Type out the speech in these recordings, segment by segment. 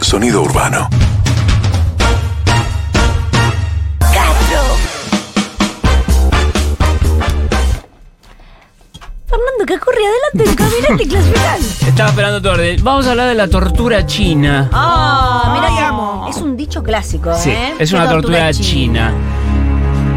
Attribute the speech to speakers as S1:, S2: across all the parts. S1: Sonido urbano.
S2: Fernando, ¿qué ocurre? Adelante, caminate y clasificate.
S3: Estaba esperando tarde. Vamos a hablar de la tortura china.
S2: Ah, mira,
S4: Ay,
S2: que-
S4: amo.
S2: Es un dicho clásico,
S3: Sí,
S2: ¿eh?
S3: es
S2: Qué
S3: una tortura china.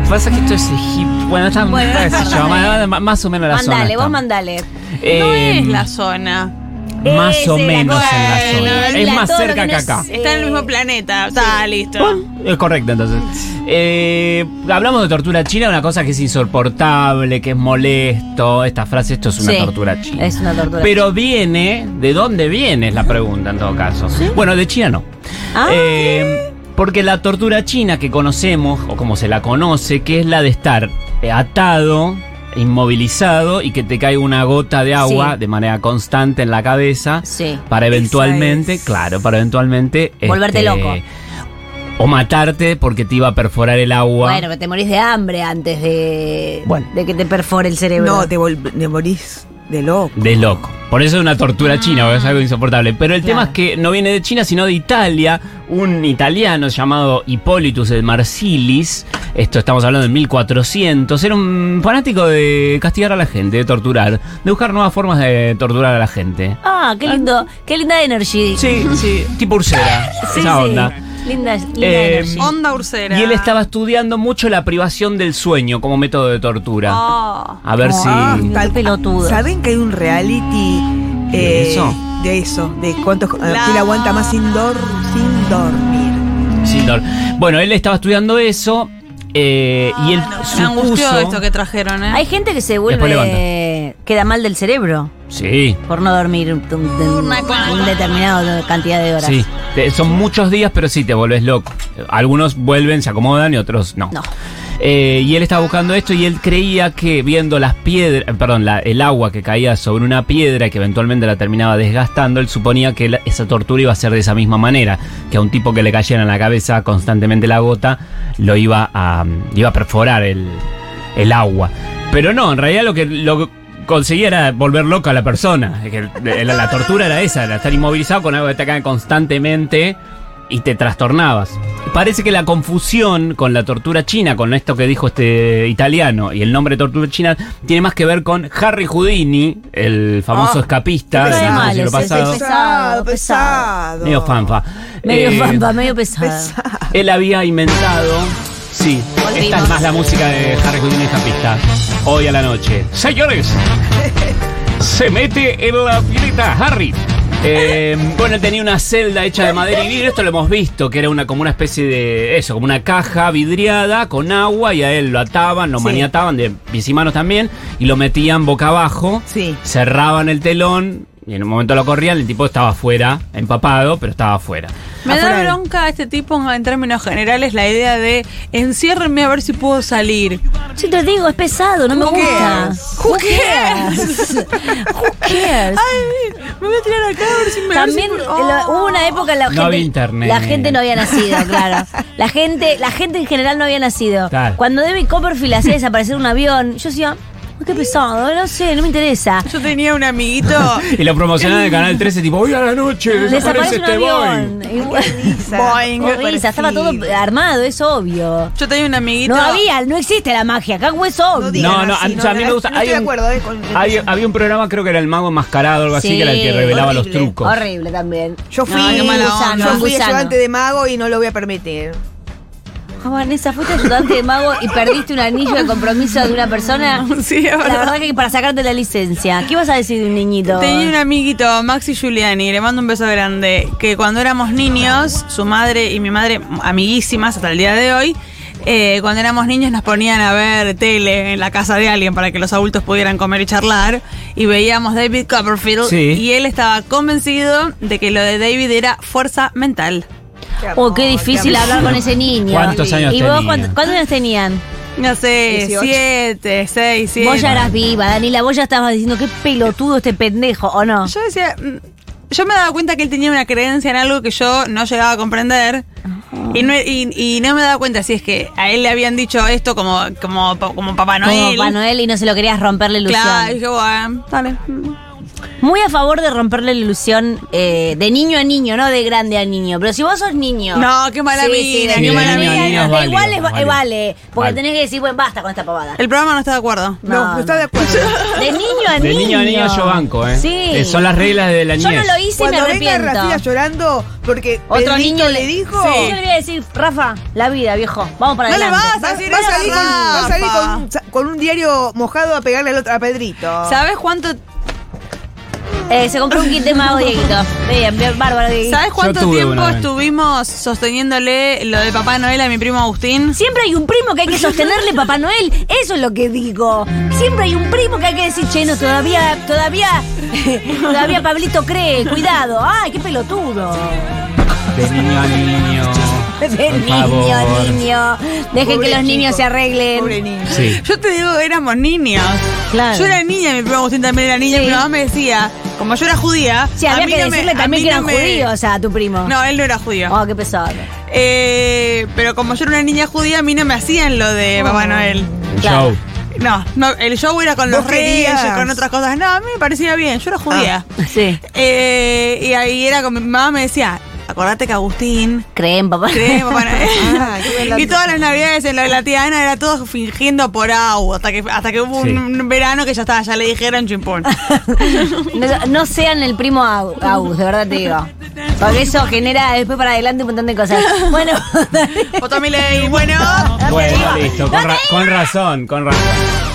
S3: Pasa que esto es Egipto. Bueno, está
S2: Bueno,
S3: qué sé
S2: está
S3: yo,
S2: bien.
S3: más, más- más o menos la zona.
S2: Mandale,
S3: está.
S2: vos mandale.
S4: No
S3: Eh,
S4: es la zona.
S3: Más
S2: Esa
S3: o
S2: es la
S3: menos en la
S2: cosa.
S3: zona.
S2: Bueno,
S3: Es
S2: la-
S3: más
S2: todo lo
S3: cerca que
S2: no es-
S3: acá.
S2: eh,
S4: Está en el mismo planeta. Está listo.
S3: Es correcto, entonces. Eh, hablamos de tortura china, una cosa que es insoportable, que es molesto. Esta frase, esto es una
S2: Sí,
S3: tortura china.
S2: Es una tortura china.
S3: Pero viene, ¿de dónde viene? Es la pregunta en todo caso. Bueno, de China no.
S2: Ah.
S3: Eh, porque la tortura china que conocemos, o como se la conoce, que es la de estar eh, atado, inmovilizado y que te caiga una gota de agua
S2: Sí.
S3: de manera constante en la cabeza
S2: Sí.
S3: para eventualmente,
S4: es.
S3: claro, para eventualmente... este,
S2: Volverte loco.
S3: O matarte porque te iba a perforar el agua.
S2: Bueno, pero te morís de hambre antes de,
S3: Bueno.
S2: de que te perfore el cerebro.
S5: No, te, vol- te morís de loco.
S3: De loco. Por eso es una tortura china, porque es algo insoportable. Pero el tema es
S2: Ah. Claro.
S3: que no viene de China, sino de Italia. Un italiano llamado Hippolytus de Marsilis, esto estamos hablando de 1400, era un fanático de castigar a la gente, de torturar, de buscar nuevas formas de torturar a la gente.
S2: Ah, qué lindo. Qué linda energy.
S3: Sí, sí, tipo Ursera,
S2: Sí,
S3: esa
S2: sí.
S3: onda.
S2: Linda, linda
S3: Eh,
S2: energy.
S4: Onda Ursera.
S3: Y él estaba estudiando mucho la privación del sueño como método de tortura.
S4: Oh.
S3: A ver
S5: Ah,
S3: si...
S5: tal-
S2: pelotudo.
S5: ¿Saben que hay un reality
S3: ¿De
S5: eh,
S3: eso?
S5: de eso? De cuántos eh,
S4: La-
S5: quién aguanta más sin, dor- sin dormir.
S3: Sin dolor. Bueno, él estaba estudiando eso eh, y él
S2: Ah,
S4: Me angustió
S3: supuso.
S4: esto que trajeron, ¿eh?
S2: Hay gente que se
S3: mm. Después
S2: vuelve. Queda mal del cerebro
S3: Sí,
S2: por no dormir un, un- un determinado cantidad de horas.
S3: sí. Te- son muchos días, pero sí te volvés loco. Algunos vuelven, se acomodan y otros no.
S2: No.
S3: Eh, y él estaba buscando esto y él creía que viendo las piedras, eh, perdón, la- el agua que caía sobre una piedra y que eventualmente la terminaba desgastando, él suponía que la- esa tortura iba a ser de esa misma manera, que a un tipo que le cayera en la cabeza constantemente la gota, lo iba a, mm, iba a perforar el, el agua. Pero no, en realidad lo que... Lo, que Conseguía era volver loca a la persona. Es que La, la tortura era esa, era estar inmovilizado con algo que te cae constantemente y te trastornabas. Parece que la confusión con la tortura china, con esto que dijo este italiano y el nombre de tortura china, tiene más que ver con Harry Houdini, el famoso
S5: Ah,
S3: escapista
S5: qué
S3: del
S5: pesado,
S3: siglo
S2: ese,
S3: pasado.
S2: ese- Pesado,
S5: pesado.
S2: pesado.
S3: Medio fanfa.
S2: Medio
S3: Eh,
S2: pampa, medio pesado.
S3: Él había inventado. Sí, esta
S2: Volvimos.
S3: es más la música de Harry Houdini escapista. Hoy a la noche. Señores, se mete en la pileta Harry. Eh, bueno, él tenía una celda hecha de madera y vidrio, esto lo hemos visto, que era una como una especie de eso, como una caja vidriada con agua y a él lo ataban, lo
S5: Sí.
S3: maniataban de pies y manos también y lo metían boca abajo,
S5: Sí.
S3: cerraban el telón y en un momento lo corrían, el tipo estaba afuera, empapado, pero estaba afuera.
S4: Me
S5: Afuera
S4: da
S5: del-
S4: bronca a este tipo en términos generales la idea de enciérrenme a ver si puedo salir.
S2: Sí, te digo, es pesado, no me
S5: Who
S2: gusta.
S5: cares?
S4: Who cares?
S2: Who cares?
S4: Ay, me voy a tirar acá a ver si me Oh, a ver si
S2: También
S4: puedo-
S2: eh, lo- hubo una época en la
S3: No
S2: gente,
S3: había internet.
S2: la gente no había nacido, claro. La gente, la gente en general no había nacido.
S3: Claro.
S2: Cuando David Copperfield hacía desaparecer un avión, yo decía, "Ay, qué pesado, no sé, no me interesa.
S4: Yo tenía un amiguito.
S3: Y lo promocionaban en Canal 13, tipo, hoy a la noche
S2: Ah,
S3: desaparece
S2: Desaparece un
S3: este boy.
S2: avión. Y-
S4: Boing.
S2: Qué risa, estaba todo armado, es obvio.
S4: Yo tenía un amiguito.
S2: No había, no existe la magia, Cago es obvio.
S5: digas
S3: No, no,
S5: así,
S3: a- o sea, a mí me gusta-
S5: No
S3: hay
S5: estoy de
S3: un-
S5: acuerdo, eh, con-
S3: Hay- había un programa, creo que era El Mago Enmascarado, algo así,
S2: Sí,
S3: que era el que revelaba
S5: horrible,
S3: los trucos.
S2: Horrible también.
S5: Yo fui,
S4: Ay, qué mala onda.
S5: yo fui
S2: Gusano.
S5: ayudante de mago y no lo voy a permitir.
S2: Ah, Vanessa, fuiste ayudante de mago y perdiste un anillo de compromiso de una persona.
S4: Sí, es
S2: La
S4: verdad.
S2: verdad que para sacarte la licencia, ¿qué vas a decir de un niñito?
S4: Tenía un amiguito, Maxi Giuliani, le mando un beso grande, que cuando éramos niños, su madre y mi madre, amiguísimas hasta el día de hoy, eh, cuando éramos niños nos ponían a ver tele en la casa de alguien para que los adultos pudieran comer y charlar. Y veíamos David Copperfield
S3: Sí.
S4: y él estaba convencido de que lo de David era fuerza mental.
S2: Oh, qué difícil hablar con ese niño.
S3: ¿Cuántos años
S2: ¿Y vos
S3: tenía?
S2: cuántos, cuántos años tenían?
S4: No sé,
S5: 18.
S4: siete, seis, siete.
S2: Vos ya eras viva, Daniela, vos ya estabas diciendo qué pelotudo este pendejo, ¿o no?
S4: Yo decía, mm, yo me daba cuenta que él tenía una creencia en algo que yo no llegaba a comprender. Y no, y, y no me daba cuenta si es que a él le habían dicho esto como, como, como Papá
S2: Como
S4: Noel.
S2: Papá Noel y no se lo querías romper la ilusión.
S4: Claro, y dije, bueno, dale. mm.
S2: Muy a favor de romperle la ilusión eh, de niño a niño, no de grande a niño. Pero si vos sos niño.
S4: No, qué mala mina,
S2: de
S3: qué mala
S2: niño a
S3: mina.
S2: niño,
S3: Es
S2: da Igual
S3: válido,
S2: es va- eh,
S3: válido.
S2: vale. Porque
S3: Vale.
S2: tenés que decir, bueno, basta con esta pavada.
S4: El programa no está de acuerdo.
S5: No, no está de acuerdo.
S2: De niño a
S3: De
S2: niño.
S3: niño a niño yo banco, ¿eh?
S2: Sí.
S3: Eh, son las reglas de la
S2: Yo
S3: niñez.
S2: no lo hice y me
S5: Cuando venga
S2: arrepiento.
S5: Rafita llorando porque
S2: Otro
S5: Pedrito
S2: niño
S5: le dijo.
S2: Sí. Yo le voy a decir, Rafa, la vida, viejo. Vamos para
S4: No le
S2: adelante.
S4: vas
S5: Va,
S4: a decir
S5: va a
S4: eso,
S5: salir, con, va a salir
S4: Rafa.
S5: con un, sa- con un diario mojado a pegarle al otro, a Pedrito.
S4: ¿Sabes cuánto,
S2: Eh, se compró un kit de mago, Dieguito. Bien, bien, bárbaro, Dieguito.
S4: ¿sabes cuánto
S3: tuve
S4: tiempo
S3: una vez.
S4: estuvimos sosteniéndole lo de Papá Noel a mi primo Agustín?
S2: Siempre hay un primo que hay que sostenerle, Papá Noel. Eso es lo que digo. Siempre hay un primo que hay que decir, che, no, todavía, todavía, todavía Pablito cree. Cuidado. Ay, qué pelotudo.
S3: De niño a niño.
S2: De
S3: por
S2: niño,
S3: favor.
S2: niño. Dejen
S5: Pobre
S2: que los niños
S5: chico.
S2: se arreglen.
S5: Pobre niño.
S3: Sí.
S4: Yo te digo que éramos niños.
S2: Claro.
S4: Yo era niña, mi primo Agustín también era niña.
S2: Sí.
S4: Mi mamá me decía, como yo era judía.
S2: Sí, había
S4: a mí
S2: que
S4: no me-
S2: decirle
S4: a
S2: también
S4: mí
S2: que
S4: no
S2: eran
S4: me-
S2: judíos a tu primo.
S4: No, él no era judío.
S2: Oh, qué pesado.
S4: Eh, pero como yo era una niña judía, a mí no me hacían lo
S2: Ah.
S4: de Papá Noel.
S3: Un
S2: Claro.
S3: show.
S4: No, no, el show era con
S5: ¿Vos
S4: los reyes,
S5: querías?
S4: con otras cosas. No, a mí me parecía bien, yo era judía.
S2: Sí.
S4: Eh, y ahí era como mi mamá me decía, acordate que Agustín
S2: Creen, papá.
S4: cree en Papá Noel".
S5: Ah, qué buen dato.
S4: y todas las navidades en la, la tía Ana era todo fingiendo por agua, hasta que, hasta que hubo
S3: Sí.
S4: un, un verano que ya estaba, ya le dijeron chimpón.
S2: No, no sean el primo Au- Agus, de verdad te digo. Porque eso genera después para adelante un montón de cosas. Bueno,
S4: Votó mi ley, bueno.
S3: Eh. Bueno, listo, con, ra- con razón, con razón.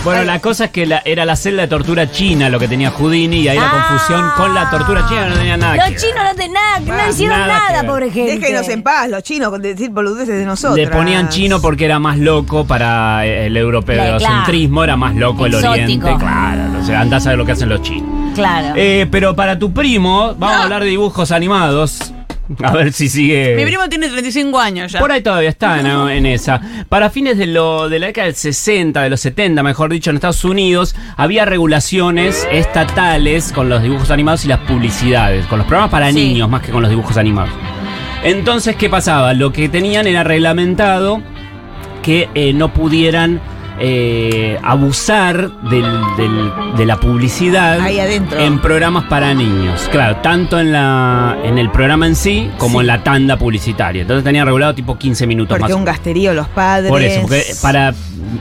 S3: Bueno, la cosa es que la- era la celda de tortura china lo que tenía Houdini y ahí la
S2: Ah.
S3: confusión con la tortura china no tenía nada. que
S2: los
S3: ver.
S2: chinos no, te- nada, no
S3: Nada,
S2: hicieron
S3: nada
S2: nada,
S3: que ver.
S2: pobre gente.
S5: Déjenos en paz, los chinos, con decir boludeces de nosotros.
S3: Le ponían chino porque era más loco para eh, el
S2: Claro.
S3: europeo-centrismo, era más loco el
S2: Exótico.
S3: oriente, claro. O sea, andás a ver lo que hacen los chinos.
S2: Claro.
S3: Eh, pero para tu primo, vamos a hablar de dibujos animados. A ver si sigue.
S4: Mi primo tiene 35 años ya.
S3: Por ahí todavía está ¿no? en esa. Para fines de, lo, de la década del 60, de los 70, mejor dicho, en Estados Unidos, había regulaciones estatales con los dibujos animados y las publicidades, con los programas para
S2: Sí.
S3: niños más que con los dibujos animados. Entonces, ¿qué pasaba? Lo que tenían era reglamentado que eh, no pudieran eh, abusar del- del- de la publicidad
S5: Ahí adentro.
S3: en programas para niños. Claro, tanto en, la, en el programa en sí como en la tanda publicitaria. Entonces tenía regulado tipo 15 minutos
S5: Porque
S3: más.
S5: un gasterío los padres.
S3: Por eso, porque para,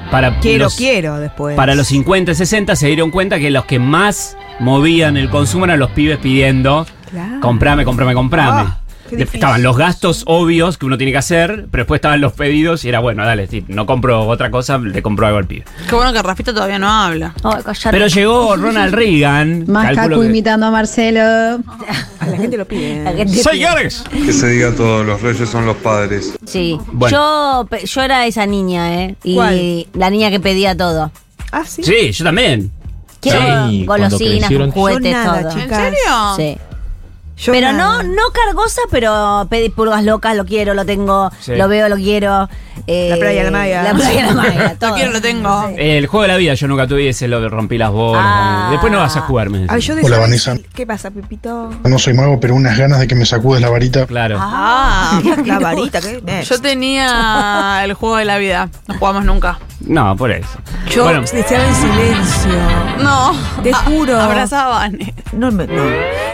S3: para,
S5: Quiero,
S3: los,
S5: quiero después.
S3: para los 50, 60 se dieron cuenta que los que más movían el consumo eran los pibes pidiendo
S5: Claro.
S3: comprame, comprame, comprame.
S5: Ah, qué
S3: De-
S5: difícil.
S3: estaban los gastos obvios que uno tiene que hacer, pero después estaban los pedidos y era bueno, dale, sí, no compro otra cosa, le compro algo al pibe.
S4: Qué bueno que Rafita todavía no habla.
S2: Ay, cállate.
S3: Pero llegó Ronald Reagan.
S6: Más
S3: calculo
S6: Cacu
S3: que-
S6: imitando a Marcelo.
S5: A la gente lo
S2: La
S5: pide.
S2: gente-
S3: Señores,
S7: Que se diga todo, los reyes son los padres.
S2: Sí.
S3: Bueno.
S2: Yo, pe- yo era esa niña, ¿eh? Y
S5: ¿Cuál?
S2: la niña que pedía todo.
S5: Ah, sí.
S3: Sí, yo también.
S2: Quiero
S8: Sí, cuando
S2: golosinas,
S8: crecieron-
S2: juguetes,
S5: Yo nada,
S2: todo.
S5: chica.
S4: ¿En serio?
S2: Sí.
S5: Yo
S2: pero
S5: nada.
S2: no, no cargosa, pero pedí pulgas locas, lo quiero, lo tengo,
S3: Sí.
S2: lo veo, lo quiero. eh,
S5: La playa de la Maya.
S2: La playa de la Maya, todo.
S4: Lo quiero, lo tengo.
S3: El juego de la vida yo nunca tuve ese, lo rompí las bolas.
S2: Ah.
S3: Después no vas a jugar, me
S5: Ay,
S3: decía.
S5: yo de
S8: Hola,
S5: saber-
S8: Vanessa.
S5: ¿Qué pasa, Pepito?
S8: No soy mago, pero unas ganas de que me sacudes la varita.
S3: Claro.
S4: Ah,
S5: La varita, ¿qué? Eh. Next.
S4: yo tenía el juego de la vida. No jugamos nunca.
S3: No, por eso.
S5: Yo
S3: bueno,
S5: deseaba en silencio.
S4: No.
S5: Te
S4: A-
S5: juro.
S4: Abrazaban.
S5: No, me- no.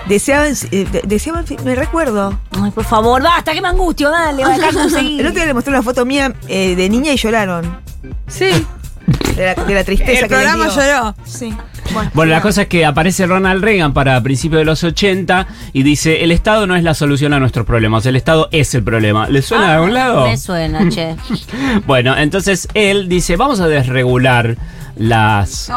S5: Deseaba, en si- eh, de- deseaba en si- me recuerdo.
S2: Ay, por favor, basta, que me angustio,
S5: Ah,
S2: dale, va, Cacu, seguí.
S5: El otro día le mostré una foto mía eh, de niña y lloraron.
S4: Sí.
S5: De la, de la tristeza
S4: El
S5: que les
S4: programa
S5: dio.
S4: lloró. Sí.
S3: Bueno, la cosa es que aparece Ronald Reagan para principios de los 80 y dice, el Estado no es la solución a nuestros problemas, el Estado es el problema. ¿Le suena de algún lado?
S2: Ah, Me suena, che.
S3: Bueno, entonces él dice, vamos a desregular las,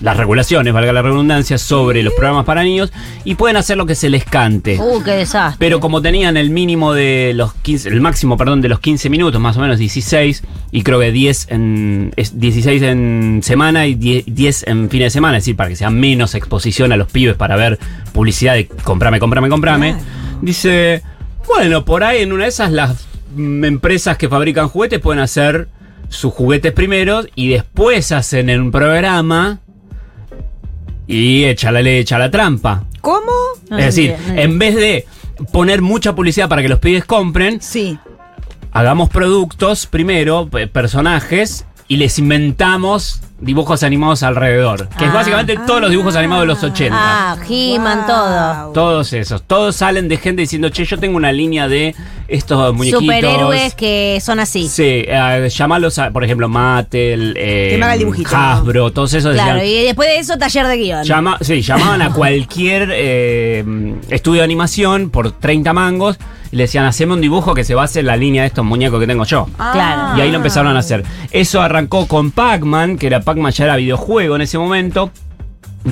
S3: las regulaciones, valga la redundancia, sobre los programas para niños y pueden hacer lo que se les cante.
S2: Uh, qué desastre.
S3: Pero como tenían el mínimo de los 15, el máximo, perdón, de los 15 minutos, más o menos 16, y creo que 10 en, es 16 en semana y 10, 10 en fin de semana, es decir, para que sea menos exposición a los pibes para ver publicidad de comprame, comprame, comprame, dice, bueno, por ahí en una de esas las mm, empresas que fabrican juguetes pueden hacer sus juguetes primeros y después hacen un programa y echa la echa la trampa.
S5: ¿Cómo?
S2: No
S3: Es decir,
S2: entiendo, no
S3: en vez de poner mucha publicidad para que los pibes compren,
S5: Sí.
S3: hagamos productos primero, pe- personajes, y les inventamos dibujos animados alrededor. Que es
S2: Ah.
S3: básicamente todos los dibujos animados de los 80.
S2: Ah, He-Man, todo.
S3: Todos esos. Todos salen de gente diciendo, che, yo tengo una línea de estos muñequitos.
S2: Superhéroes que son así.
S3: Sí, eh, llamalos, a- por ejemplo, Mattel, eh,
S5: Que me haga el dibujito.
S3: Hasbro, todos esos.
S2: Claro,
S3: decían,
S2: y después de eso, taller de guión.
S3: Llama- sí, llamaban a cualquier eh, estudio de animación por 30 mangos y le decían, haceme un dibujo que se base en la línea de estos muñecos que tengo yo.
S2: Claro.
S3: Y ahí lo empezaron a hacer. Eso arrancó con Pac-Man, que era Pac-Man ya era videojuego en ese momento.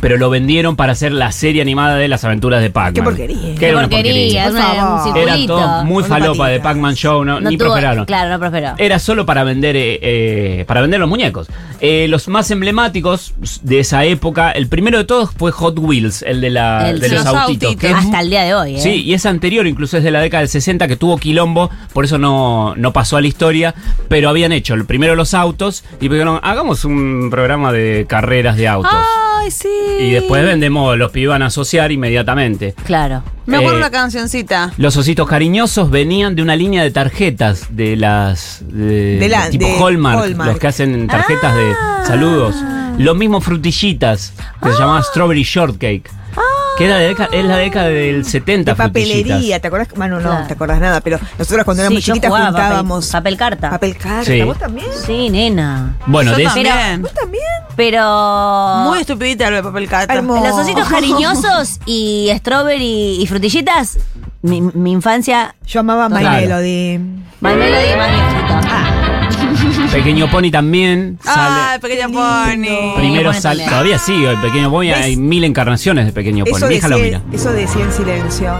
S3: Pero lo vendieron para hacer la serie animada de las aventuras de Pac-Man.
S5: Qué porquería.
S3: Que
S2: Qué
S3: era una
S2: porquería,
S5: Por
S2: una-
S5: favor.
S2: un circulito.
S3: Era todo muy
S5: Con
S3: falopa de
S5: patitas.
S3: Pac-Man Show, no, ni
S2: tuvo-
S3: prosperaron.
S2: Claro, no prosperó.
S3: Era solo para vender eh, eh, para vender los muñecos. Eh, los más emblemáticos de esa época, el primero de todos fue Hot Wheels, el de, la,
S2: El-
S3: Ah, de los,
S4: los
S3: autitos.
S4: autitos.
S3: que es
S2: Hasta el día de hoy, ¿eh?
S3: Sí, y es anterior, incluso es de la década del 60 que tuvo quilombo, por eso no, no pasó a la historia, pero habían hecho el- primero los autos y pues dijeron, hagamos un programa de carreras de autos.
S4: Ay, sí.
S3: Y después vendemos, los pibes van a asociar inmediatamente.
S2: Claro.
S4: Me acuerdo
S3: Eh,
S4: la cancioncita.
S3: Los ositos cariñosos venían de una línea de tarjetas de las de,
S5: De la-
S3: tipo
S5: de
S3: Hallmark,
S5: Hallmark. Ah.
S3: los que hacen tarjetas de saludos. Lo mismo frutillitas, que se llamaba Strawberry Shortcake. Que era de deca- es la década del 70
S5: De papelería,
S3: Frutillitas.
S5: ¿te acordás? Bueno, no,
S2: Claro.
S5: te acordás nada, pero nosotros cuando éramos
S2: Sí, yo
S5: chiquitas
S2: jugaba papel-
S5: juntábamos
S2: papel carta.
S5: papel carta.
S3: Sí.
S5: ¿Vos también?
S2: Sí, nena.
S3: Bueno,
S4: Yo
S3: de ese-
S4: también.
S5: ¿Vos también?
S2: Pero.
S4: Muy estupidita el papel cata.
S5: Hermoso.
S2: Los ositos cariñosos y strawberry y frutillitas, mi, mi infancia.
S5: Yo amaba My
S3: Claro.
S5: Melody.
S2: My Melody, My Melody.
S3: Pequeño Pony también
S4: Ay,
S5: Ah,
S3: sale.
S4: pequeña pony.
S3: Primero
S2: Pony
S3: sale.
S2: también.
S3: Todavía sigue el Pequeño Pony. Hay
S5: ¿Ves?
S3: mil encarnaciones de Pequeño Pony.
S5: Eso
S3: Mi hija lo
S5: decía,
S3: mira.
S5: eso decía en silencio.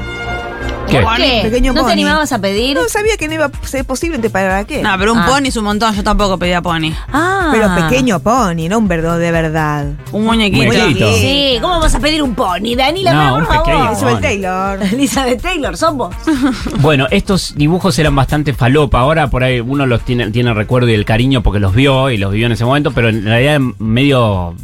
S3: ¿Qué?
S4: Pony.
S2: ¿Qué?
S5: Ah, Pequeño
S2: ¿No te
S5: pony.
S2: animabas a pedir?
S5: No sabía que no iba a ser posible, ¿te para qué?
S4: No, pero un
S2: Ah.
S4: pony es un montón. Yo tampoco pedía pony.
S2: Ah.
S5: Pero pequeño pony, no un verdad de verdad.
S4: Un muñequito.
S3: Muñequito.
S2: Sí, ¿cómo vas a pedir un pony, Danila?
S3: No,
S2: por
S3: un
S2: favor.
S3: pequeño. Pony.
S5: Elizabeth Taylor.
S2: Elizabeth Taylor, son vos.
S3: Bueno, estos dibujos eran bastante falopa. Ahora por ahí uno los tiene, tiene el recuerdo y el cariño porque los vio y los vivió en ese momento, pero en realidad eran medio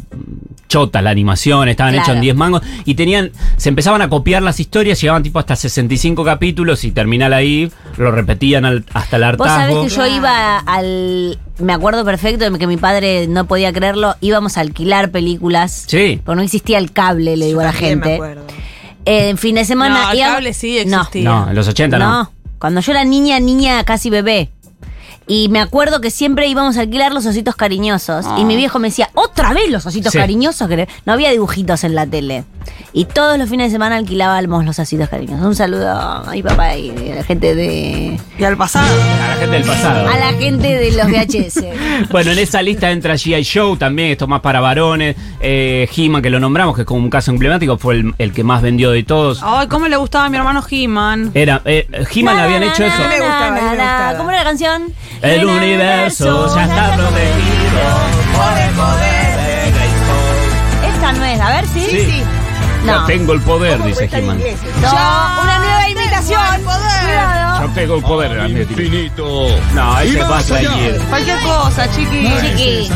S3: chota la animación, estaban
S2: Claro.
S3: hechos en 10 mangos y tenían, se empezaban a copiar las historias, llegaban tipo hasta 65 capítulos y terminal ahí, lo repetían al- hasta el
S2: Vos sabés
S3: hartazgo.
S2: que yo iba al. Me acuerdo perfecto de que mi padre no podía creerlo. Íbamos a alquilar películas.
S3: Sí.
S2: Porque no existía el cable, le digo a la
S5: También me
S2: gente.
S5: acuerdo.
S2: Eh, en fin de semana.
S4: No, el
S2: íbamos-
S4: cable sí
S2: No.
S4: existía.
S3: No, en los 80 no.
S2: No, cuando yo era niña, niña casi bebé. Y me acuerdo que siempre íbamos a alquilar los ositos cariñosos. Y
S4: Ah.
S2: mi viejo me decía, otra vez los ositos
S3: Sí.
S2: cariñosos. que No había dibujitos en la tele. Y todos los fines de semana alquilábamos los ositos cariñosos. Un saludo a mi papá y a la gente de...
S4: Y al pasado.
S3: A la gente del pasado.
S2: A la gente de los VHS.
S3: Bueno, en esa lista entra G.I. Show también, esto más para varones. Eh, He-Man, que lo nombramos, que es como un caso emblemático, fue el, el que más vendió de todos.
S4: Ay, cómo le gustaba a mi hermano He-Man.
S3: Era, eh, He-Man
S2: Na,
S3: habían
S2: na,
S3: hecho
S2: na,
S3: eso.
S2: na,
S5: Me gustaba,
S2: na,
S5: a mí me
S2: na.
S5: gustaba.
S2: ¿Cómo era la canción?
S3: El universo ya está protegido.
S2: Esta no es, a ver si.
S3: Sí.
S2: No.
S3: Yo tengo el poder, dice He-Man.
S2: No, una nueva invitación. Cuidado.
S3: Yo tengo el poder, amigo.
S1: Infinito.
S3: No, ese pasa allí.
S4: Cualquier cosa, chiqui.
S2: Chiqui.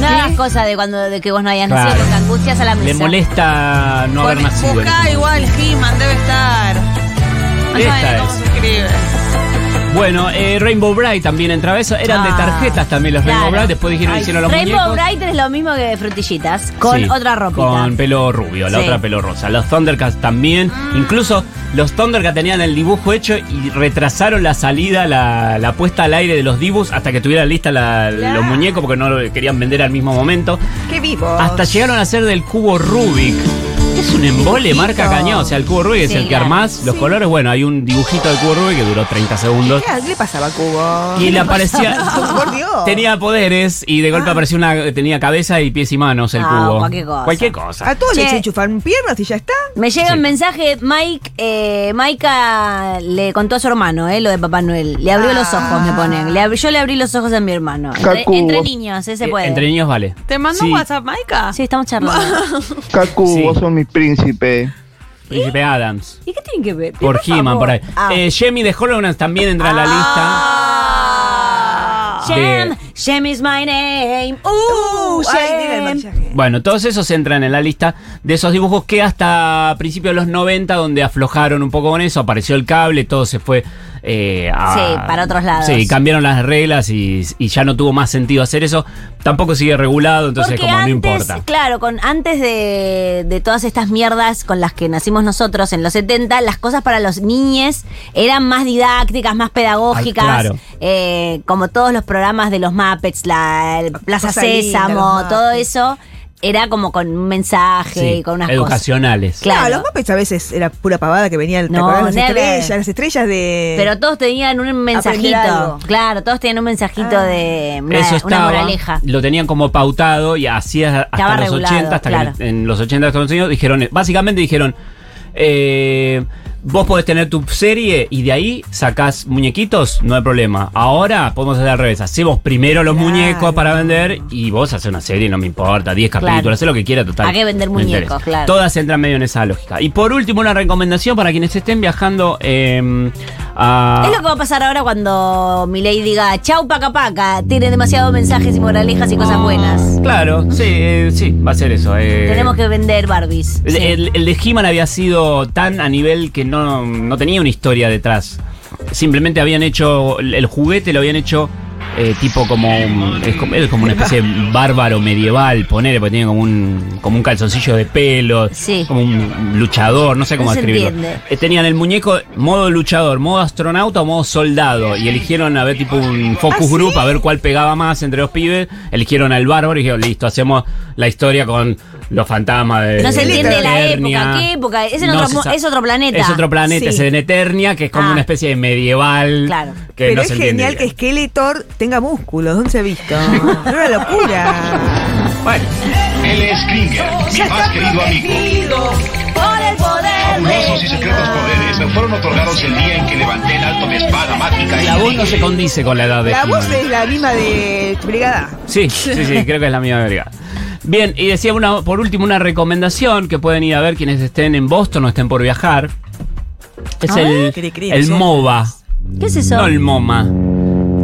S2: No hagas cosas de cuando de que vos no hayas
S3: Claro.
S2: nacido porque angustias a la mesa.
S3: Le molesta no haber
S4: Pone-
S3: nacido.
S4: Buscá igual He-Man, debe estar. No
S3: Esta
S4: saben cómo
S3: es.
S4: se escribe.
S3: Bueno, eh, Rainbow Bright también entraba eso. Eran de
S2: Ah,
S3: tarjetas también los Rainbow
S2: claro.
S3: Bright. Después dijeron
S2: Ay,
S3: hicieron los
S2: Rainbow
S3: muñecos.
S2: Bright es lo mismo que frutillitas, con
S3: Sí,
S2: otra ropita.
S3: Con pelo rubio, la
S2: Sí. Ah.
S3: otra pelo rosa. Los Thundercats también. Incluso los Thundercats tenían el dibujo hecho y retrasaron la salida, la, la puesta al aire de los dibujos hasta que tuvieran lista la- los muñecos porque no lo querían vender al mismo momento.
S5: Qué
S2: Oh,
S5: vivo.
S3: Hasta llegaron a ser del cubo Rubik. Es un embole marca cañón. O sea, el cubo Rubik es
S2: Sí,
S3: el que
S2: claro.
S3: armás, los colores. Bueno, hay un dibujito del cubo Rubik que duró 30 segundos.
S5: ¿Qué le pasaba a Cubo?
S3: Y le aparecía.
S5: Por Dios.
S3: Tenía poderes y de golpe apareció una. Tenía cabeza y pies y manos el
S2: No,
S3: cubo.
S2: Ah. cualquier cosa.
S3: Cualquier cosa.
S5: A todos
S2: Che.
S5: les enchufan piernas y ya está.
S2: Me llega
S3: Sí.
S2: un mensaje, Mike, eh, Maika le contó a su hermano, eh, lo de Papá Noel. Le abrió los ojos, me ponen. Le abri- yo le abrí los ojos a mi hermano. Entre,
S8: Cacudo.
S2: entre niños, ese
S3: Eh,
S2: puede.
S3: Entre niños vale.
S4: ¿Te mando
S3: Sí,
S4: un WhatsApp, Maika?
S2: Sí, estamos charlando.
S6: Kaku,
S3: Sí.
S6: vos sos mi príncipe.
S3: Príncipe Adams.
S2: ¿Y qué tienen que ver?
S3: Por He-Man,
S2: favor.
S3: por ahí.
S2: Ah.
S3: Eh, Jemmy de Hollow Knight también entra a
S4: Ah.
S3: la lista.
S2: Jam,
S3: De-
S2: Jam Ah. is my name. eh. Uh,
S5: Uh, ya ahí tiene el
S2: Jam.
S5: maquillaje.
S3: Bueno, todos esos entran en la lista de esos dibujos que hasta principios de los 90, donde aflojaron un poco con eso, apareció el cable, todo se fue eh, a-
S2: Sí, para otros lados.
S3: Sí, cambiaron las reglas y, y ya no tuvo más sentido hacer eso. Tampoco sigue regulado, entonces
S2: Porque
S3: como
S2: antes,
S3: no importa.
S2: claro, con antes de, de todas estas mierdas con las que nacimos nosotros en los 70, las cosas para los niñes eran más didácticas, más pedagógicas,
S3: Ay, claro.
S2: eh, como todos los programas de los Muppets, la el Plaza
S5: Cosa linda,
S2: Sésamo,
S5: los
S2: todo
S5: Muppets.
S2: eso era como con un mensaje
S3: Sí,
S2: y con unas
S3: educacionales.
S2: cosas.
S5: Claro,
S2: Claro.
S5: los mapes a veces era pura pavada que venía el
S2: No,
S5: las
S2: never.
S5: estrellas, las estrellas de.
S2: Pero todos tenían un mensajito.
S5: algo.
S2: Claro, todos tenían un mensajito
S5: Ah.
S2: de una,
S3: Eso
S2: una
S3: estaba,
S2: moraleja.
S3: lo tenían como pautado y así hasta
S2: Estaba
S3: los
S2: regulado,
S3: 80, hasta
S2: claro.
S3: que en los 80 de Estados Unidos dijeron, básicamente dijeron, eh, vos podés tener tu serie y de ahí sacás muñequitos, no hay problema. Ahora podemos hacer al revés, hacemos primero los
S5: Claro.
S3: muñecos para vender y vos haces una serie, no me importa, 10 capítulos,
S2: Claro.
S3: hacé lo que quiera, total.
S2: Hay que vender
S3: no
S2: muñecos,
S3: interesa.
S2: claro.
S3: Todas entran medio en esa lógica. Y por último, una recomendación para quienes estén viajando eh, a...
S2: Es lo que va a pasar ahora cuando Milei diga chau paca paca, tiene demasiados mensajes y moralejas y cosas buenas.
S3: Claro, sí, eh, sí, va a ser eso. eh.
S2: Tenemos que vender Barbies.
S3: El,
S2: Sí.
S3: el- el de He-Man había sido tan a nivel que no, no tenía una historia detrás. Simplemente habían hecho. El el juguete lo habían hecho eh, tipo como. un- es como, es como una especie de bárbaro medieval, poner, porque tiene como un, como un calzoncillo de pelo.
S2: Sí.
S3: Como un luchador, no sé cómo
S2: No se
S3: describirlo.
S2: entiende.
S3: Eh, Tenían el muñeco modo luchador, modo astronauta o modo soldado. Y eligieron a ver tipo un
S2: Ah,
S3: focus group, a ver cuál pegaba más entre los pibes. Eligieron al bárbaro y dijeron, listo, hacemos la historia con los fantasmas de
S2: No se entiende la
S3: Eh, Eternia.
S2: época, ¿qué época? Es en otro
S3: se
S2: mu-
S3: sa-
S2: es otro planeta.
S3: Es otro planeta,
S5: Sí.
S3: es en Eternia, que es como
S2: Ah.
S3: una especie de medieval.
S2: Claro.
S3: Que
S5: Pero
S3: no
S5: es
S3: se entiende
S5: genial que
S3: bien.
S5: Skeletor tenga músculos, ¿dónde se ha visto? Era una locura.
S3: Bueno,
S1: Él es Kringer, mi más querido amigo.
S2: Por el poder
S1: Fabulosos y secretos poderes me fueron otorgados el día en que levanté el alto de espada mágica y
S3: la voz no se condice con la edad de
S5: La
S3: He-Man.
S5: voz es la misma de Brigada.
S3: Sí, sí, sí, creo que es la misma verga. Bien, y decía una, por último una recomendación que pueden ir a ver quienes estén en Boston o estén por viajar. Es
S5: Ah,
S3: el,
S5: cri, cri,
S3: el
S5: sí.
S3: MOBA,
S2: ¿Qué es eso?
S3: no el MoMA.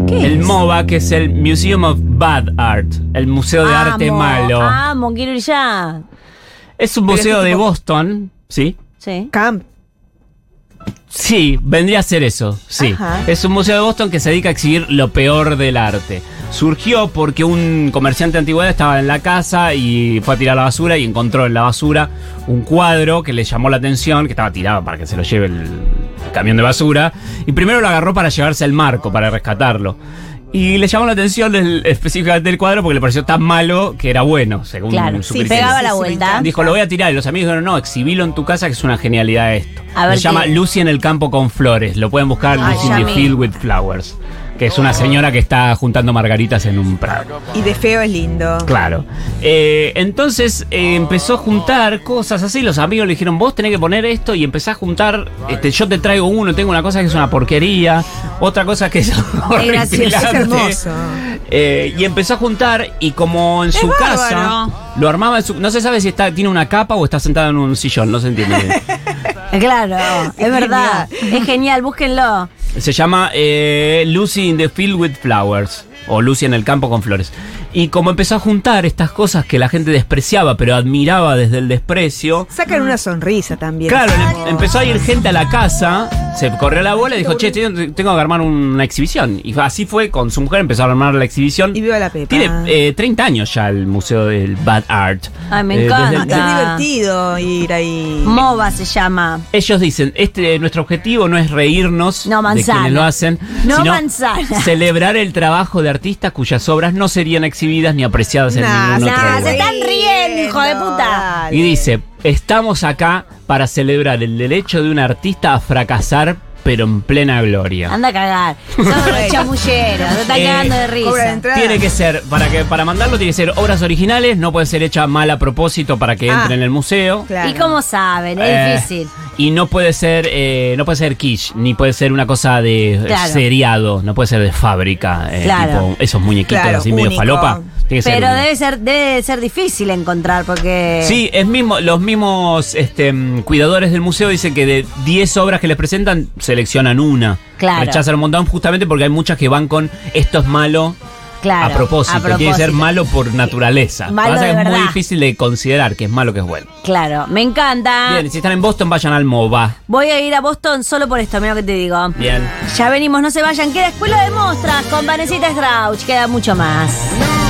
S2: ¿Qué
S3: El
S2: es?
S3: MOBA, que es el Museum of Bad Art, el Museo
S2: Ah,
S3: de Arte
S2: Amo,
S3: Malo.
S2: Amo, quiero ir ya.
S3: Es un
S5: Pero
S3: museo
S5: este
S3: de
S5: tipo-
S3: Boston, ¿sí?
S2: Sí.
S5: Camp.
S3: Sí, vendría a ser eso, sí.
S5: Ajá.
S3: Es un museo de Boston que se dedica a exhibir lo peor del arte. Surgió porque un comerciante de antigüedad estaba en la casa y fue a tirar la basura y encontró en la basura un cuadro que le llamó la atención, que estaba tirado para que se lo lleve el camión de basura, y primero lo agarró para llevarse el marco, para rescatarlo. Y le llamó la atención el- específicamente el cuadro porque le pareció tan malo que era bueno, según
S2: Claro.
S3: su
S2: Sí,
S3: criterio.
S2: pegaba la
S5: Sí, sí,
S2: vuelta.
S5: me
S3: Dijo, lo voy a tirar. Y los amigos dijeron, no, exhibilo en tu casa, que es una genialidad esto.
S2: A ver
S3: Se llama
S2: qué-
S3: Lucy en el campo con flores. Lo pueden buscar,
S2: Ay,
S3: Lucy
S2: ya
S3: in the
S2: vi.
S3: field with flowers. Que es una señora que está juntando margaritas en un prado.
S5: Y de feo es lindo.
S3: Claro. Eh, entonces eh, empezó a juntar cosas así. Los amigos le dijeron, vos tenés que poner esto y empezás a juntar. Este, yo te traigo uno, tengo una cosa que es una porquería, otra cosa que es
S2: gracioso,
S5: Es
S3: horripilante.
S5: hermoso.
S3: Eh, y empezó a juntar y como en su
S4: bárbaro.
S3: casa lo armaba en su, no se sabe si está tiene una capa o está sentado en un sillón, no se entiende. bien.
S2: Eh, Claro, es verdad. Es genial, búsquenlo.
S3: se llama eh, Lucy in the field with flowers o Lucy en el campo con flores. Y como empezó a juntar estas cosas que la gente despreciaba pero admiraba desde el desprecio, em,
S5: Sacan una sonrisa también.
S3: Claro, le- empezó a ir gente a la casa se corrió la bola y dijo, che, tengo tengo que armar una exhibición. Y así fue, con su mujer empezó a armar la exhibición.
S5: Y viva la Pepa.
S3: Tiene eh, 30 años ya el Museo del Bad Art.
S2: Ah. Ay, me
S3: Eh, desde-
S2: encanta.
S5: Ah, Es divertido ir ahí.
S2: MOBA se llama.
S3: ellos dicen, este nuestro objetivo no es reírnos
S2: No,
S3: de
S2: manzana.
S3: quienes lo hacen,
S2: No,
S3: sino
S2: manzana.
S3: celebrar el trabajo de artistas cuyas obras no serían exhibidas ni apreciadas en
S5: Nah,
S3: ningún otro
S2: nah,
S3: lugar.
S2: se están riendo, hijo de puta.
S5: Dale.
S3: Y dice, estamos acá para celebrar el derecho de un artista a fracasar, pero en plena gloria.
S2: Anda a cagar. Son los chamulleros, se están
S3: Eh,
S2: cagando de
S5: Cobra de
S2: risa.
S5: entrada.
S3: Tiene que ser, para que para mandarlo tiene que ser obras originales, no puede ser hecha mal a propósito para que
S5: Ah,
S3: entre en el museo.
S5: Claro.
S2: Y como saben, es
S3: Eh,
S2: difícil.
S3: Y no puede ser, eh, no puede ser quiche, ni puede ser una cosa de eh,
S2: Claro.
S3: seriado, no puede ser de fábrica, eh,
S2: Claro.
S3: tipo esos muñequitos
S5: Claro,
S3: así medio
S5: único.
S3: falopa. Tiene que ser
S2: Pero
S3: un-
S2: debe ser, debe ser difícil encontrar porque.
S3: Sí, es mismo, los mismos este, mm, cuidadores del museo dicen que de 10 obras que les presentan, seleccionan una.
S2: Claro.
S3: Rechazan un montón justamente porque hay muchas que van con esto es malo
S2: Claro,
S3: a, propósito.
S2: a
S3: Tiene que ser
S2: propósito.
S3: malo por naturaleza.
S2: Malo de
S3: Pasa que es muy
S2: verdad.
S3: difícil de considerar que es malo que es bueno.
S2: Claro, me encanta.
S3: Bien, si están en Boston, vayan al MOBA.
S2: Voy a ir a Boston solo por esto, mira lo que te digo.
S3: Bien.
S2: Ya venimos, no se vayan, queda Escuela de Mostras con Vanesita Strauch, queda mucho más.